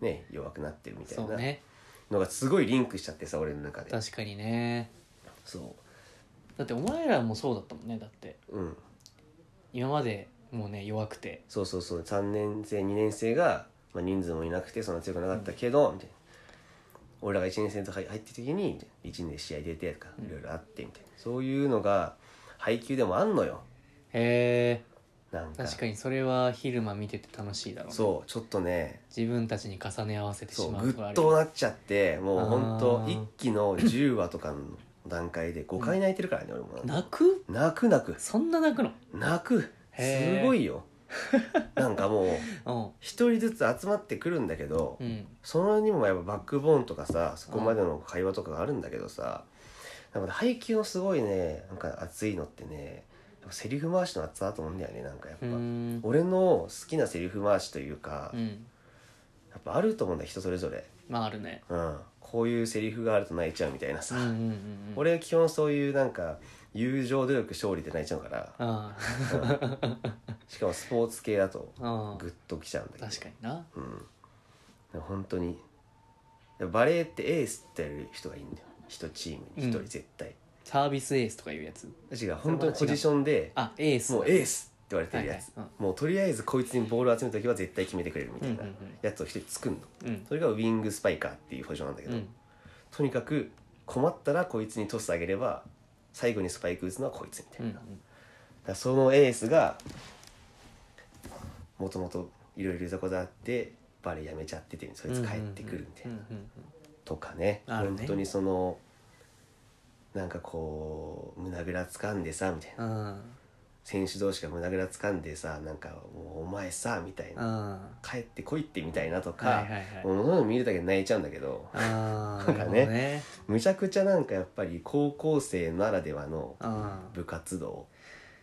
[SPEAKER 1] うね弱くなってるみたい
[SPEAKER 2] そう
[SPEAKER 1] な
[SPEAKER 2] ね
[SPEAKER 1] のがすごいリンクしちゃってさ俺の中で
[SPEAKER 2] 確かにね
[SPEAKER 1] そ
[SPEAKER 2] だってお前らもそうだったもんねだって
[SPEAKER 1] う,、うん、
[SPEAKER 2] 今までもうね弱くて
[SPEAKER 1] そうそうそう3年生2年生が、まあ、人数もいなくてそんな強くなかったけど、みたいな俺らが1年生とか入入ってる時に1年で試合出てとか
[SPEAKER 2] うん
[SPEAKER 1] いろいろあってみたいな、そういうのが配給でもあんのよ
[SPEAKER 2] へえ
[SPEAKER 1] なんか
[SPEAKER 2] 確かにそれは昼間見てて楽しいだろうね
[SPEAKER 1] そうちょっとね
[SPEAKER 2] 自分たちに重ね合わせて
[SPEAKER 1] そ
[SPEAKER 2] し
[SPEAKER 1] う
[SPEAKER 2] ま
[SPEAKER 1] グ
[SPEAKER 2] うとかあ
[SPEAKER 1] ッ
[SPEAKER 2] る
[SPEAKER 1] となっちゃってもうほんと
[SPEAKER 2] あー
[SPEAKER 1] 一期の10話とかの段階で5回泣いてるからね、俺も
[SPEAKER 2] 泣く
[SPEAKER 1] 泣く泣く
[SPEAKER 2] そんな泣くの
[SPEAKER 1] 泣くす
[SPEAKER 2] へー
[SPEAKER 1] ごいよ なんかもう
[SPEAKER 2] うん
[SPEAKER 1] 一人ずつ集まってくるんだけど、
[SPEAKER 2] うん
[SPEAKER 1] そのにもやっぱバックボーンとかさそこまでの会話とかがあるんだけどさ、なんか配球のすごいねなんか熱いのってねやっぱセリフ回しの熱さだと思うんだよねなんかやっ
[SPEAKER 2] う
[SPEAKER 1] ぱ、
[SPEAKER 2] ーん
[SPEAKER 1] 俺の好きなセリフ回しというか、
[SPEAKER 2] う
[SPEAKER 1] や
[SPEAKER 2] ん
[SPEAKER 1] っぱあると思うんだよ人それぞれ、
[SPEAKER 2] まああるね
[SPEAKER 1] うん、こういうセリフがあると泣いちゃうみたいな
[SPEAKER 2] う
[SPEAKER 1] さ、
[SPEAKER 2] んうんうんうん
[SPEAKER 1] 俺は基本そういうなんか友情努力勝利で泣いちゃうから
[SPEAKER 2] あ
[SPEAKER 1] しかもスポーツ系だと
[SPEAKER 2] ああ
[SPEAKER 1] グッときちゃうんだ
[SPEAKER 2] あ
[SPEAKER 1] けど
[SPEAKER 2] 確かにな
[SPEAKER 1] うん、でも本当にバレーってエースってやる人がいいんだよ一チームに一人
[SPEAKER 2] うん
[SPEAKER 1] 絶対、
[SPEAKER 2] サービスエースとかいうやつ
[SPEAKER 1] 違う本当にポジションで
[SPEAKER 2] あエース
[SPEAKER 1] もうエースって言われて
[SPEAKER 2] は
[SPEAKER 1] る
[SPEAKER 2] いは
[SPEAKER 1] や
[SPEAKER 2] い
[SPEAKER 1] つ、もうとりあえずこいつにボール集めた時は絶対決めてくれるみたいな
[SPEAKER 2] うんうんうん
[SPEAKER 1] やつを一人作るの、
[SPEAKER 2] うん
[SPEAKER 1] それがウィングスパイカーっていうポジションなんだけ
[SPEAKER 2] う
[SPEAKER 1] ど、
[SPEAKER 2] ん
[SPEAKER 1] とにかく困ったらこいつにトスあげれば最後にスパイク打つのはこいつみた
[SPEAKER 2] う
[SPEAKER 1] い
[SPEAKER 2] んう
[SPEAKER 1] な、
[SPEAKER 2] ん
[SPEAKER 1] だからそのエースがもともといろいろいざこざあってバレーやめちゃっててそいつ帰ってくるみたいな、
[SPEAKER 2] うんうんうん
[SPEAKER 1] とかね
[SPEAKER 2] あるね
[SPEAKER 1] 本当にそのなんかこう胸ぐらつかんでさみたいな
[SPEAKER 2] あ
[SPEAKER 1] 選手同士が胸ぐらつかんでさなんかもうお前さみたい
[SPEAKER 2] あ
[SPEAKER 1] な
[SPEAKER 2] あ
[SPEAKER 1] 帰ってこいってみたいなと
[SPEAKER 2] あはい
[SPEAKER 1] か
[SPEAKER 2] はいはい
[SPEAKER 1] もう物を見るだけで泣いちゃうんだけど
[SPEAKER 2] ああ
[SPEAKER 1] なか
[SPEAKER 2] なんるほど
[SPEAKER 1] ね
[SPEAKER 2] ね
[SPEAKER 1] むちゃくちゃなんかやっぱり高校生ならではの
[SPEAKER 2] あ
[SPEAKER 1] 部活動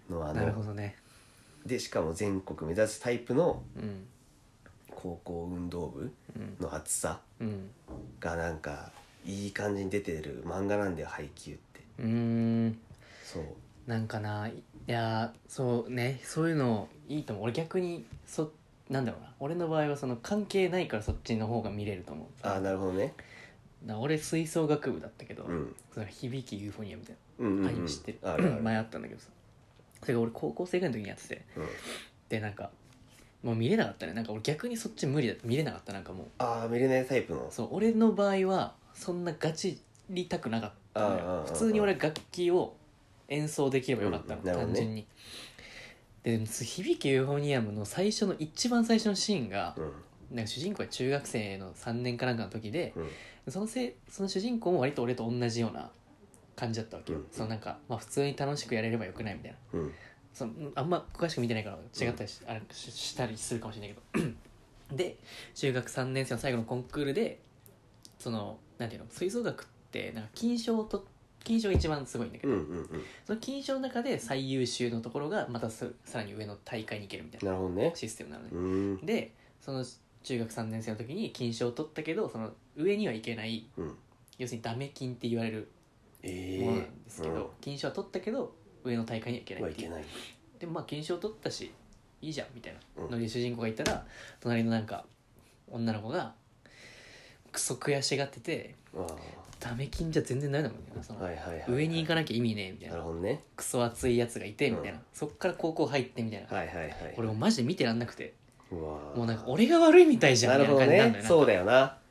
[SPEAKER 1] の
[SPEAKER 2] あ
[SPEAKER 1] あ
[SPEAKER 2] なるほ
[SPEAKER 1] の
[SPEAKER 2] どね
[SPEAKER 1] でしかも全国目指すタイプの
[SPEAKER 2] うん
[SPEAKER 1] 高校運動部
[SPEAKER 2] うん
[SPEAKER 1] の熱さ
[SPEAKER 2] うん
[SPEAKER 1] がなんかいい感じに出てる漫画なんだよ配球って
[SPEAKER 2] うーん
[SPEAKER 1] そう
[SPEAKER 2] なんかないやーそうねそういうのいいと思う俺逆にそなんだろうな俺の場合はその関係ないからそっちの方が見れると思う
[SPEAKER 1] ああなるほどね
[SPEAKER 2] な俺吹奏楽部だったけど、
[SPEAKER 1] うん
[SPEAKER 2] その響きユーフォニアみたい
[SPEAKER 1] うんうん
[SPEAKER 2] な、
[SPEAKER 1] う
[SPEAKER 2] あ
[SPEAKER 1] ん
[SPEAKER 2] 今知ってる
[SPEAKER 1] あるある
[SPEAKER 2] 前あったんだけどさそれが俺高校生ぐらいの時にやってて
[SPEAKER 1] うん
[SPEAKER 2] でなんかもう見れなかったねなんか俺逆にそっち無理だ見れなかったなんかも
[SPEAKER 1] ああ見れないタイプの
[SPEAKER 2] うそう俺の場合はそんなガチりたくなかったの
[SPEAKER 1] あああああ
[SPEAKER 2] よ
[SPEAKER 1] あ
[SPEAKER 2] 普通に俺楽器を演奏できればよかったの、
[SPEAKER 1] うんなるほどね
[SPEAKER 2] 単純にで響きユーフォニアムの最初の一番最初のシーンが、
[SPEAKER 1] うん
[SPEAKER 2] なんか主人公が中学生の3年かなんかの時で、
[SPEAKER 1] うん
[SPEAKER 2] そのせいその主人公も割と俺と同じような感じだったわけよ、
[SPEAKER 1] うん
[SPEAKER 2] そのなんか、まあ、普通に楽しくやれればよくないみたいな
[SPEAKER 1] うん
[SPEAKER 2] そのあんま詳しく見てないから違ったりし,、あれししたりするかもしれないけど で中学3年生の最後のコンクールでそのなんていうの吹奏楽ってなんか金賞と金賞が一番すごいんだけ
[SPEAKER 1] うん
[SPEAKER 2] ど、
[SPEAKER 1] うんうん
[SPEAKER 2] その金賞の中で最優秀のところがまたささらに上の大会に行けるみたいな
[SPEAKER 1] なるほどね
[SPEAKER 2] システムなのね
[SPEAKER 1] う、ん
[SPEAKER 2] でその中学3年生の時に金賞を取ったけどその上には行けない
[SPEAKER 1] うん
[SPEAKER 2] 要するにダメ金って言われる
[SPEAKER 1] え
[SPEAKER 2] ものなん
[SPEAKER 1] え
[SPEAKER 2] ですけど、金賞は取ったけど上の大会には行けない
[SPEAKER 1] は
[SPEAKER 2] っ
[SPEAKER 1] い
[SPEAKER 2] てい
[SPEAKER 1] け
[SPEAKER 2] う
[SPEAKER 1] ない
[SPEAKER 2] でまあ金賞取ったしいいじゃんみたいな
[SPEAKER 1] うん
[SPEAKER 2] ので主人公がいたら隣のなんか女の子がクソ悔しがってて
[SPEAKER 1] あ
[SPEAKER 2] ダメ金じゃ全然ダメだもんねそ
[SPEAKER 1] あ
[SPEAKER 2] の、
[SPEAKER 1] はいはいはい
[SPEAKER 2] 上に行か
[SPEAKER 1] な
[SPEAKER 2] なきゃ意味ねえみたい
[SPEAKER 1] なる
[SPEAKER 2] な
[SPEAKER 1] ほどね
[SPEAKER 2] クソ熱いやつがいてみたいな、
[SPEAKER 1] うん
[SPEAKER 2] そっから高校入ってみたいな、
[SPEAKER 1] はいはいはい
[SPEAKER 2] 俺もマジで見てらんなくて
[SPEAKER 1] うわー
[SPEAKER 2] もうなんか俺が悪いみたいじゃ
[SPEAKER 1] なん
[SPEAKER 2] み
[SPEAKER 1] る
[SPEAKER 2] たいな
[SPEAKER 1] ほど
[SPEAKER 2] 感じなん
[SPEAKER 1] ね
[SPEAKER 2] だよな
[SPEAKER 1] そうだよない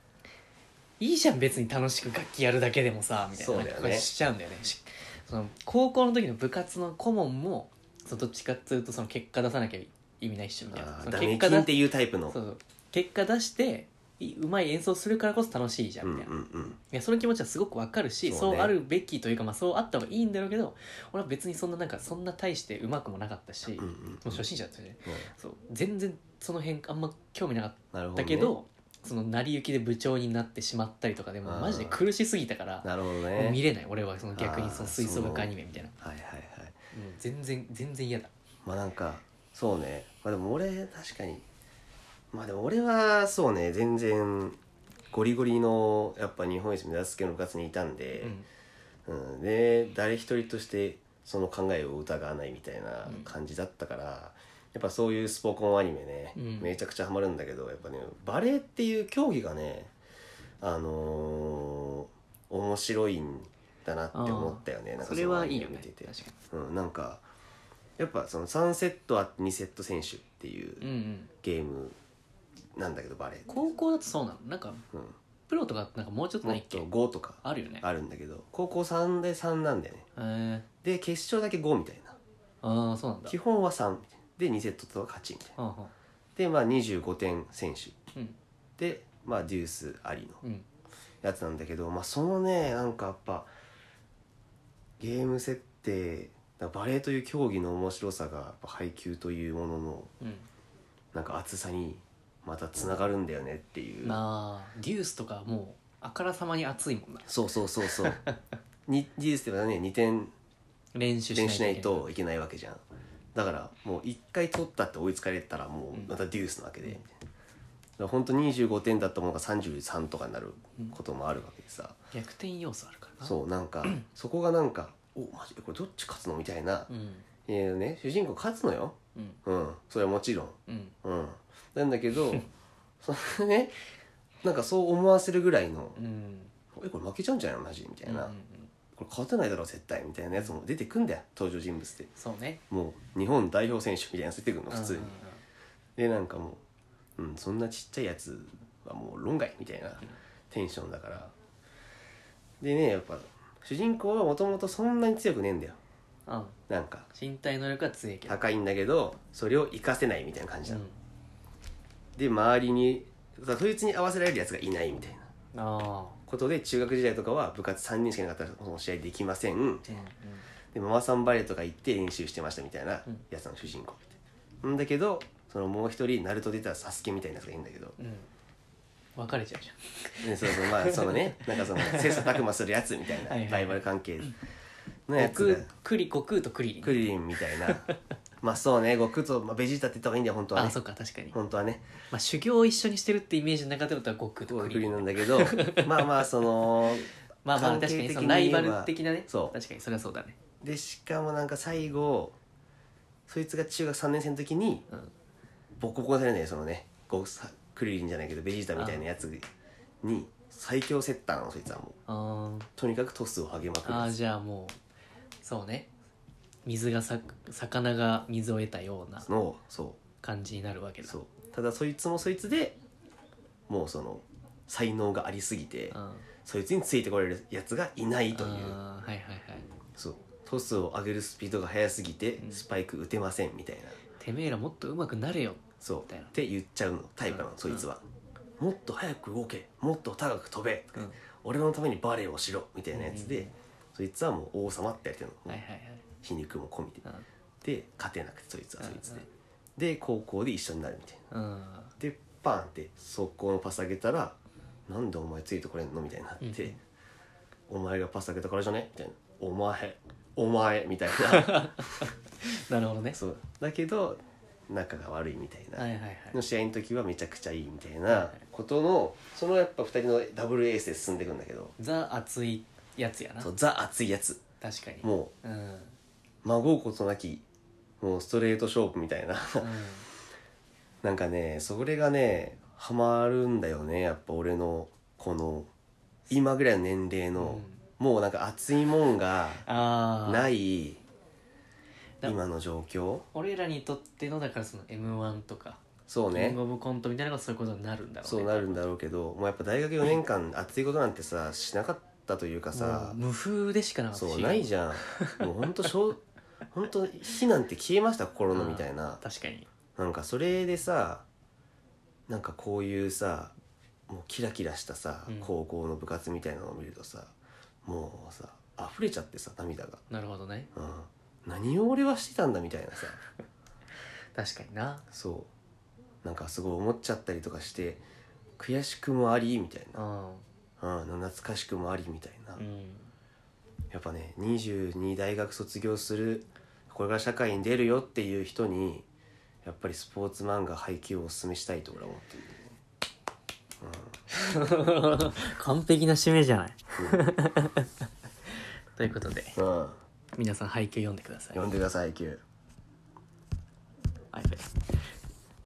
[SPEAKER 2] いじゃん別に楽しく楽器やるだけでもさみたい
[SPEAKER 1] そ
[SPEAKER 2] な
[SPEAKER 1] うだ
[SPEAKER 2] な
[SPEAKER 1] よね
[SPEAKER 2] んかこれしちゃうんだよねしその高校の時の部活の顧問もそのどっちかっつうとその結果出さなきゃ意味ないっしょみたいな
[SPEAKER 1] あ
[SPEAKER 2] そ
[SPEAKER 1] ー
[SPEAKER 2] の
[SPEAKER 1] ダメ
[SPEAKER 2] 果
[SPEAKER 1] 金っ
[SPEAKER 2] 出
[SPEAKER 1] ていうタイプの
[SPEAKER 2] そうそう結果出していうまい演奏するからこそ楽しいじゃん
[SPEAKER 1] う
[SPEAKER 2] み
[SPEAKER 1] ん
[SPEAKER 2] た
[SPEAKER 1] う
[SPEAKER 2] い
[SPEAKER 1] ん
[SPEAKER 2] な、
[SPEAKER 1] うん
[SPEAKER 2] いやその気持ちはすごくわかるし
[SPEAKER 1] そ
[SPEAKER 2] そうう,、
[SPEAKER 1] ね
[SPEAKER 2] あるべきというか、まあ、そうあった方がいいんだろうけど俺は別にそんななんかそんな大してうまくもなかったし、
[SPEAKER 1] うんう
[SPEAKER 2] も
[SPEAKER 1] ん
[SPEAKER 2] う初心者だったよね
[SPEAKER 1] うん
[SPEAKER 2] そう全然その辺あんま興味なかった
[SPEAKER 1] なるほどね
[SPEAKER 2] だけど、その成り行きで部長になってしまったりとかでも
[SPEAKER 1] あー
[SPEAKER 2] マジで苦しすぎたから
[SPEAKER 1] なるほど
[SPEAKER 2] もう見
[SPEAKER 1] ね
[SPEAKER 2] れない俺はその逆にその
[SPEAKER 1] あー
[SPEAKER 2] 吹奏楽アニメみたいなも
[SPEAKER 1] はいはいはいう
[SPEAKER 2] 全然全然嫌だ
[SPEAKER 1] まあなんかそうねまあでも俺確かにまあでも俺はそうね全然ゴリゴリのやっぱ日本一目指す系の部活にいたんで、うんで誰一人としてその考えを疑わないみたいな感じだったから、やっぱそういうスポコンアニメね、
[SPEAKER 2] うん
[SPEAKER 1] めちゃくちゃハマるんだけどやっぱねバレーっていう競技がねあのー面白いんだなって思ったよね
[SPEAKER 2] うん
[SPEAKER 1] なんか
[SPEAKER 2] それ
[SPEAKER 1] の
[SPEAKER 2] はいいよ
[SPEAKER 1] アニメ
[SPEAKER 2] ね
[SPEAKER 1] 見てて
[SPEAKER 2] 確か
[SPEAKER 1] うん、なんかやっぱその3セットあって2セット選手っていう
[SPEAKER 2] にうんうん
[SPEAKER 1] ゲームなんだけどバレーって、
[SPEAKER 2] 高校だとそうなのなんか
[SPEAKER 1] うん、
[SPEAKER 2] プロとかなんかもうちょっと
[SPEAKER 1] も
[SPEAKER 2] な
[SPEAKER 1] っ
[SPEAKER 2] いっ
[SPEAKER 1] と
[SPEAKER 2] け
[SPEAKER 1] 5とか
[SPEAKER 2] あるよね
[SPEAKER 1] あるんだけど高校3で3なんだよね
[SPEAKER 2] えー、
[SPEAKER 1] で決勝だけ5みたいな
[SPEAKER 2] ああそうなんだ
[SPEAKER 1] 基本は3で2セットと勝ちみたいな
[SPEAKER 2] はあはあ
[SPEAKER 1] でまあ25点選手
[SPEAKER 2] うん
[SPEAKER 1] でまあデュースありの
[SPEAKER 2] うん
[SPEAKER 1] やつなんだけどまあそのねなんかやっぱゲーム設定だからバレエという競技の面白さがやっぱ配球というものの
[SPEAKER 2] うん
[SPEAKER 1] なんか厚さにまたつながるんだよねっていう、
[SPEAKER 2] まあデュースとかもうあからさまに熱いもんな
[SPEAKER 1] そうそうそうそうに事実ではね2点
[SPEAKER 2] 練習しな
[SPEAKER 1] 点
[SPEAKER 2] い
[SPEAKER 1] しないといけないわけじゃんだからもう1回取ったって追いつかれたらもうまたデュースなわけで、
[SPEAKER 2] うん
[SPEAKER 1] だから本当25点だったものが33とかになることもあるわけでさ、
[SPEAKER 2] 逆転要素あるからな
[SPEAKER 1] そうなんかそこがなんか「おマジでこれどっち勝つの?」みたいな、
[SPEAKER 2] うん
[SPEAKER 1] いやね主人公勝つのよ
[SPEAKER 2] うん
[SPEAKER 1] うんそれはもちろん
[SPEAKER 2] うん
[SPEAKER 1] うんなんだけど そのねなんかそう思わせるぐらいの
[SPEAKER 2] うん
[SPEAKER 1] 「えこれ負けちゃうんじゃないのマジ?」みたいな、
[SPEAKER 2] うんうんうん
[SPEAKER 1] これ勝てないだろ絶対」みたいなやつも出てくんだよ登場人物って
[SPEAKER 2] そうね
[SPEAKER 1] もう日本代表選手みたいなやつ出てくるの普通に、
[SPEAKER 2] うんうん
[SPEAKER 1] でなんかもう、うん、そんなちっちゃいやつはもう論外みたいなテンションだからでねやっぱ主人公はもともとそんなに強くねえんだよ
[SPEAKER 2] うんうん
[SPEAKER 1] なんか
[SPEAKER 2] 身体能力は強いけど
[SPEAKER 1] 高いんだけどそれを活かせないみたいな感じな
[SPEAKER 2] う
[SPEAKER 1] の、
[SPEAKER 2] ん
[SPEAKER 1] で周りにだそいつに合わせられるやつがいないみたいな
[SPEAKER 2] あ
[SPEAKER 1] ことで中学時代とかは部活3人しかいなかったらその試合できません
[SPEAKER 2] あうんうん
[SPEAKER 1] でママさんバレーとか行って練習してましたみたいな
[SPEAKER 2] うん
[SPEAKER 1] やつなの主人公ってんだけどそのもう一人ナルト出たらサスケみたいなやつがいいんだけど
[SPEAKER 2] うん別れちゃうじ
[SPEAKER 1] ね、そうそう まあそのねなんかその切磋琢磨するやつみたいな
[SPEAKER 2] はいはいはい
[SPEAKER 1] ライバル関係の
[SPEAKER 2] ゃん
[SPEAKER 1] やつ
[SPEAKER 2] 悟
[SPEAKER 1] が
[SPEAKER 2] クリ悟空とクリリン
[SPEAKER 1] クリリンみたいな まあそうね悟空と、まあ、ベジータって言った方がいいんだよ本当は
[SPEAKER 2] あ
[SPEAKER 1] ね
[SPEAKER 2] そっか確かにま
[SPEAKER 1] 本当はね
[SPEAKER 2] あ修行を一緒にしてるってイメージの中でだったら悟空と
[SPEAKER 1] 悟
[SPEAKER 2] ク
[SPEAKER 1] 空
[SPEAKER 2] リリン
[SPEAKER 1] なんだけどまあまあその
[SPEAKER 2] まあまあ
[SPEAKER 1] 関係
[SPEAKER 2] 確かに
[SPEAKER 1] 的
[SPEAKER 2] そ
[SPEAKER 1] に言
[SPEAKER 2] のラ
[SPEAKER 1] え
[SPEAKER 2] イ
[SPEAKER 1] ば
[SPEAKER 2] バル的なね
[SPEAKER 1] そう
[SPEAKER 2] 確かにそれはそうだね
[SPEAKER 1] でしかもなんか最後そいつが中学3年生の時に
[SPEAKER 2] うん
[SPEAKER 1] ボコボコにされないそのねゴさクリリンじゃないけどベジータみたいなやつに最強セッターなのそいつはもう
[SPEAKER 2] あー
[SPEAKER 1] とにかくトスを上げまくる
[SPEAKER 2] あ
[SPEAKER 1] や
[SPEAKER 2] ー
[SPEAKER 1] つ
[SPEAKER 2] じゃあもうそうね水がさ魚が水を得たような
[SPEAKER 1] のそう
[SPEAKER 2] 感じになるわけだ
[SPEAKER 1] そうただそいつもそいつでもうその才能がありすぎて
[SPEAKER 2] うん
[SPEAKER 1] そいつについてこれるやつがいないという
[SPEAKER 2] あーはいはいはい
[SPEAKER 1] そうトスを上げるスピードが速すぎて
[SPEAKER 2] うん
[SPEAKER 1] スパイク打てませんみたいな
[SPEAKER 2] てめえらもっと上手くなれよ
[SPEAKER 1] そう
[SPEAKER 2] みたいな
[SPEAKER 1] って言っちゃうのタイプなの
[SPEAKER 2] うん
[SPEAKER 1] そいつはもっと早く動けもっと高く飛べ
[SPEAKER 2] うん
[SPEAKER 1] 俺のためにバレーをしろみたいなやつ
[SPEAKER 2] うん
[SPEAKER 1] でそいつはもう王様ってやってるの
[SPEAKER 2] はいはい
[SPEAKER 1] 皮肉も込みで
[SPEAKER 2] はい
[SPEAKER 1] で勝てなくてそいつはそいつで
[SPEAKER 2] うん
[SPEAKER 1] で高校で一緒になるみたいな
[SPEAKER 2] うんうん
[SPEAKER 1] でパンって速攻のパス上げたら「なんでお前ついてこれんの?」みたいになって「お前がパス上げたからじゃね?」みたいな「お前お前」みたい な
[SPEAKER 2] なるほどね
[SPEAKER 1] そうだけど仲が悪いみたいな、
[SPEAKER 2] はいはいはい
[SPEAKER 1] の試合の時はめちゃくちゃいいみたい
[SPEAKER 2] はいは
[SPEAKER 1] ないことのそのやっぱ2人のダブルエースで進んでいくんだけど
[SPEAKER 2] ザ熱いやつやな
[SPEAKER 1] そうザ熱いやつ
[SPEAKER 2] 確かに
[SPEAKER 1] も
[SPEAKER 2] うんうん
[SPEAKER 1] う孫うことなきもうストレート勝負みたいな なんかねそれがねハマるんだよねやっぱ俺のこの今ぐらいの年齢の、もうなんか熱いもんが
[SPEAKER 2] ああ
[SPEAKER 1] ない
[SPEAKER 2] だ
[SPEAKER 1] 今の状況
[SPEAKER 2] 俺らにとってのだからその m 1とか、
[SPEAKER 1] そう
[SPEAKER 2] キン
[SPEAKER 1] ね
[SPEAKER 2] グオブコントみたいなのがそういうことになるんだろうね
[SPEAKER 1] そうなるんだろうけどもうやっぱ大学4年間熱いことなんてさしなかったというかさ
[SPEAKER 2] もう無風でしかなかった
[SPEAKER 1] そうない
[SPEAKER 2] ゃ
[SPEAKER 1] じゃ んもうほんとしょうほんと火なんて消えました心のみたいな
[SPEAKER 2] 確かに
[SPEAKER 1] なんかそれでさなんかこういうさもうキラキラしたさ、
[SPEAKER 2] うん
[SPEAKER 1] 高校の部活みたいなのを見るとさもうさ溢れちゃってさ涙が、
[SPEAKER 2] なるほどね
[SPEAKER 1] うん、何を俺はしてたんだみたいなさ
[SPEAKER 2] 確かにな
[SPEAKER 1] そうなんかすごい思っちゃったりとかして悔しくもありみたい
[SPEAKER 2] うん
[SPEAKER 1] な、うん、懐かしくもありみたいな、
[SPEAKER 2] うん
[SPEAKER 1] やっぱね22大学卒業するこれから社会に出るよっていう人にやっぱりスポーツ漫画配給をおすすめしたいと俺は思ってる
[SPEAKER 2] 完璧な締めじゃない ということで
[SPEAKER 1] うん、うん、
[SPEAKER 2] 皆さん配給読んでください
[SPEAKER 1] 読んでください IQ。
[SPEAKER 2] あやべ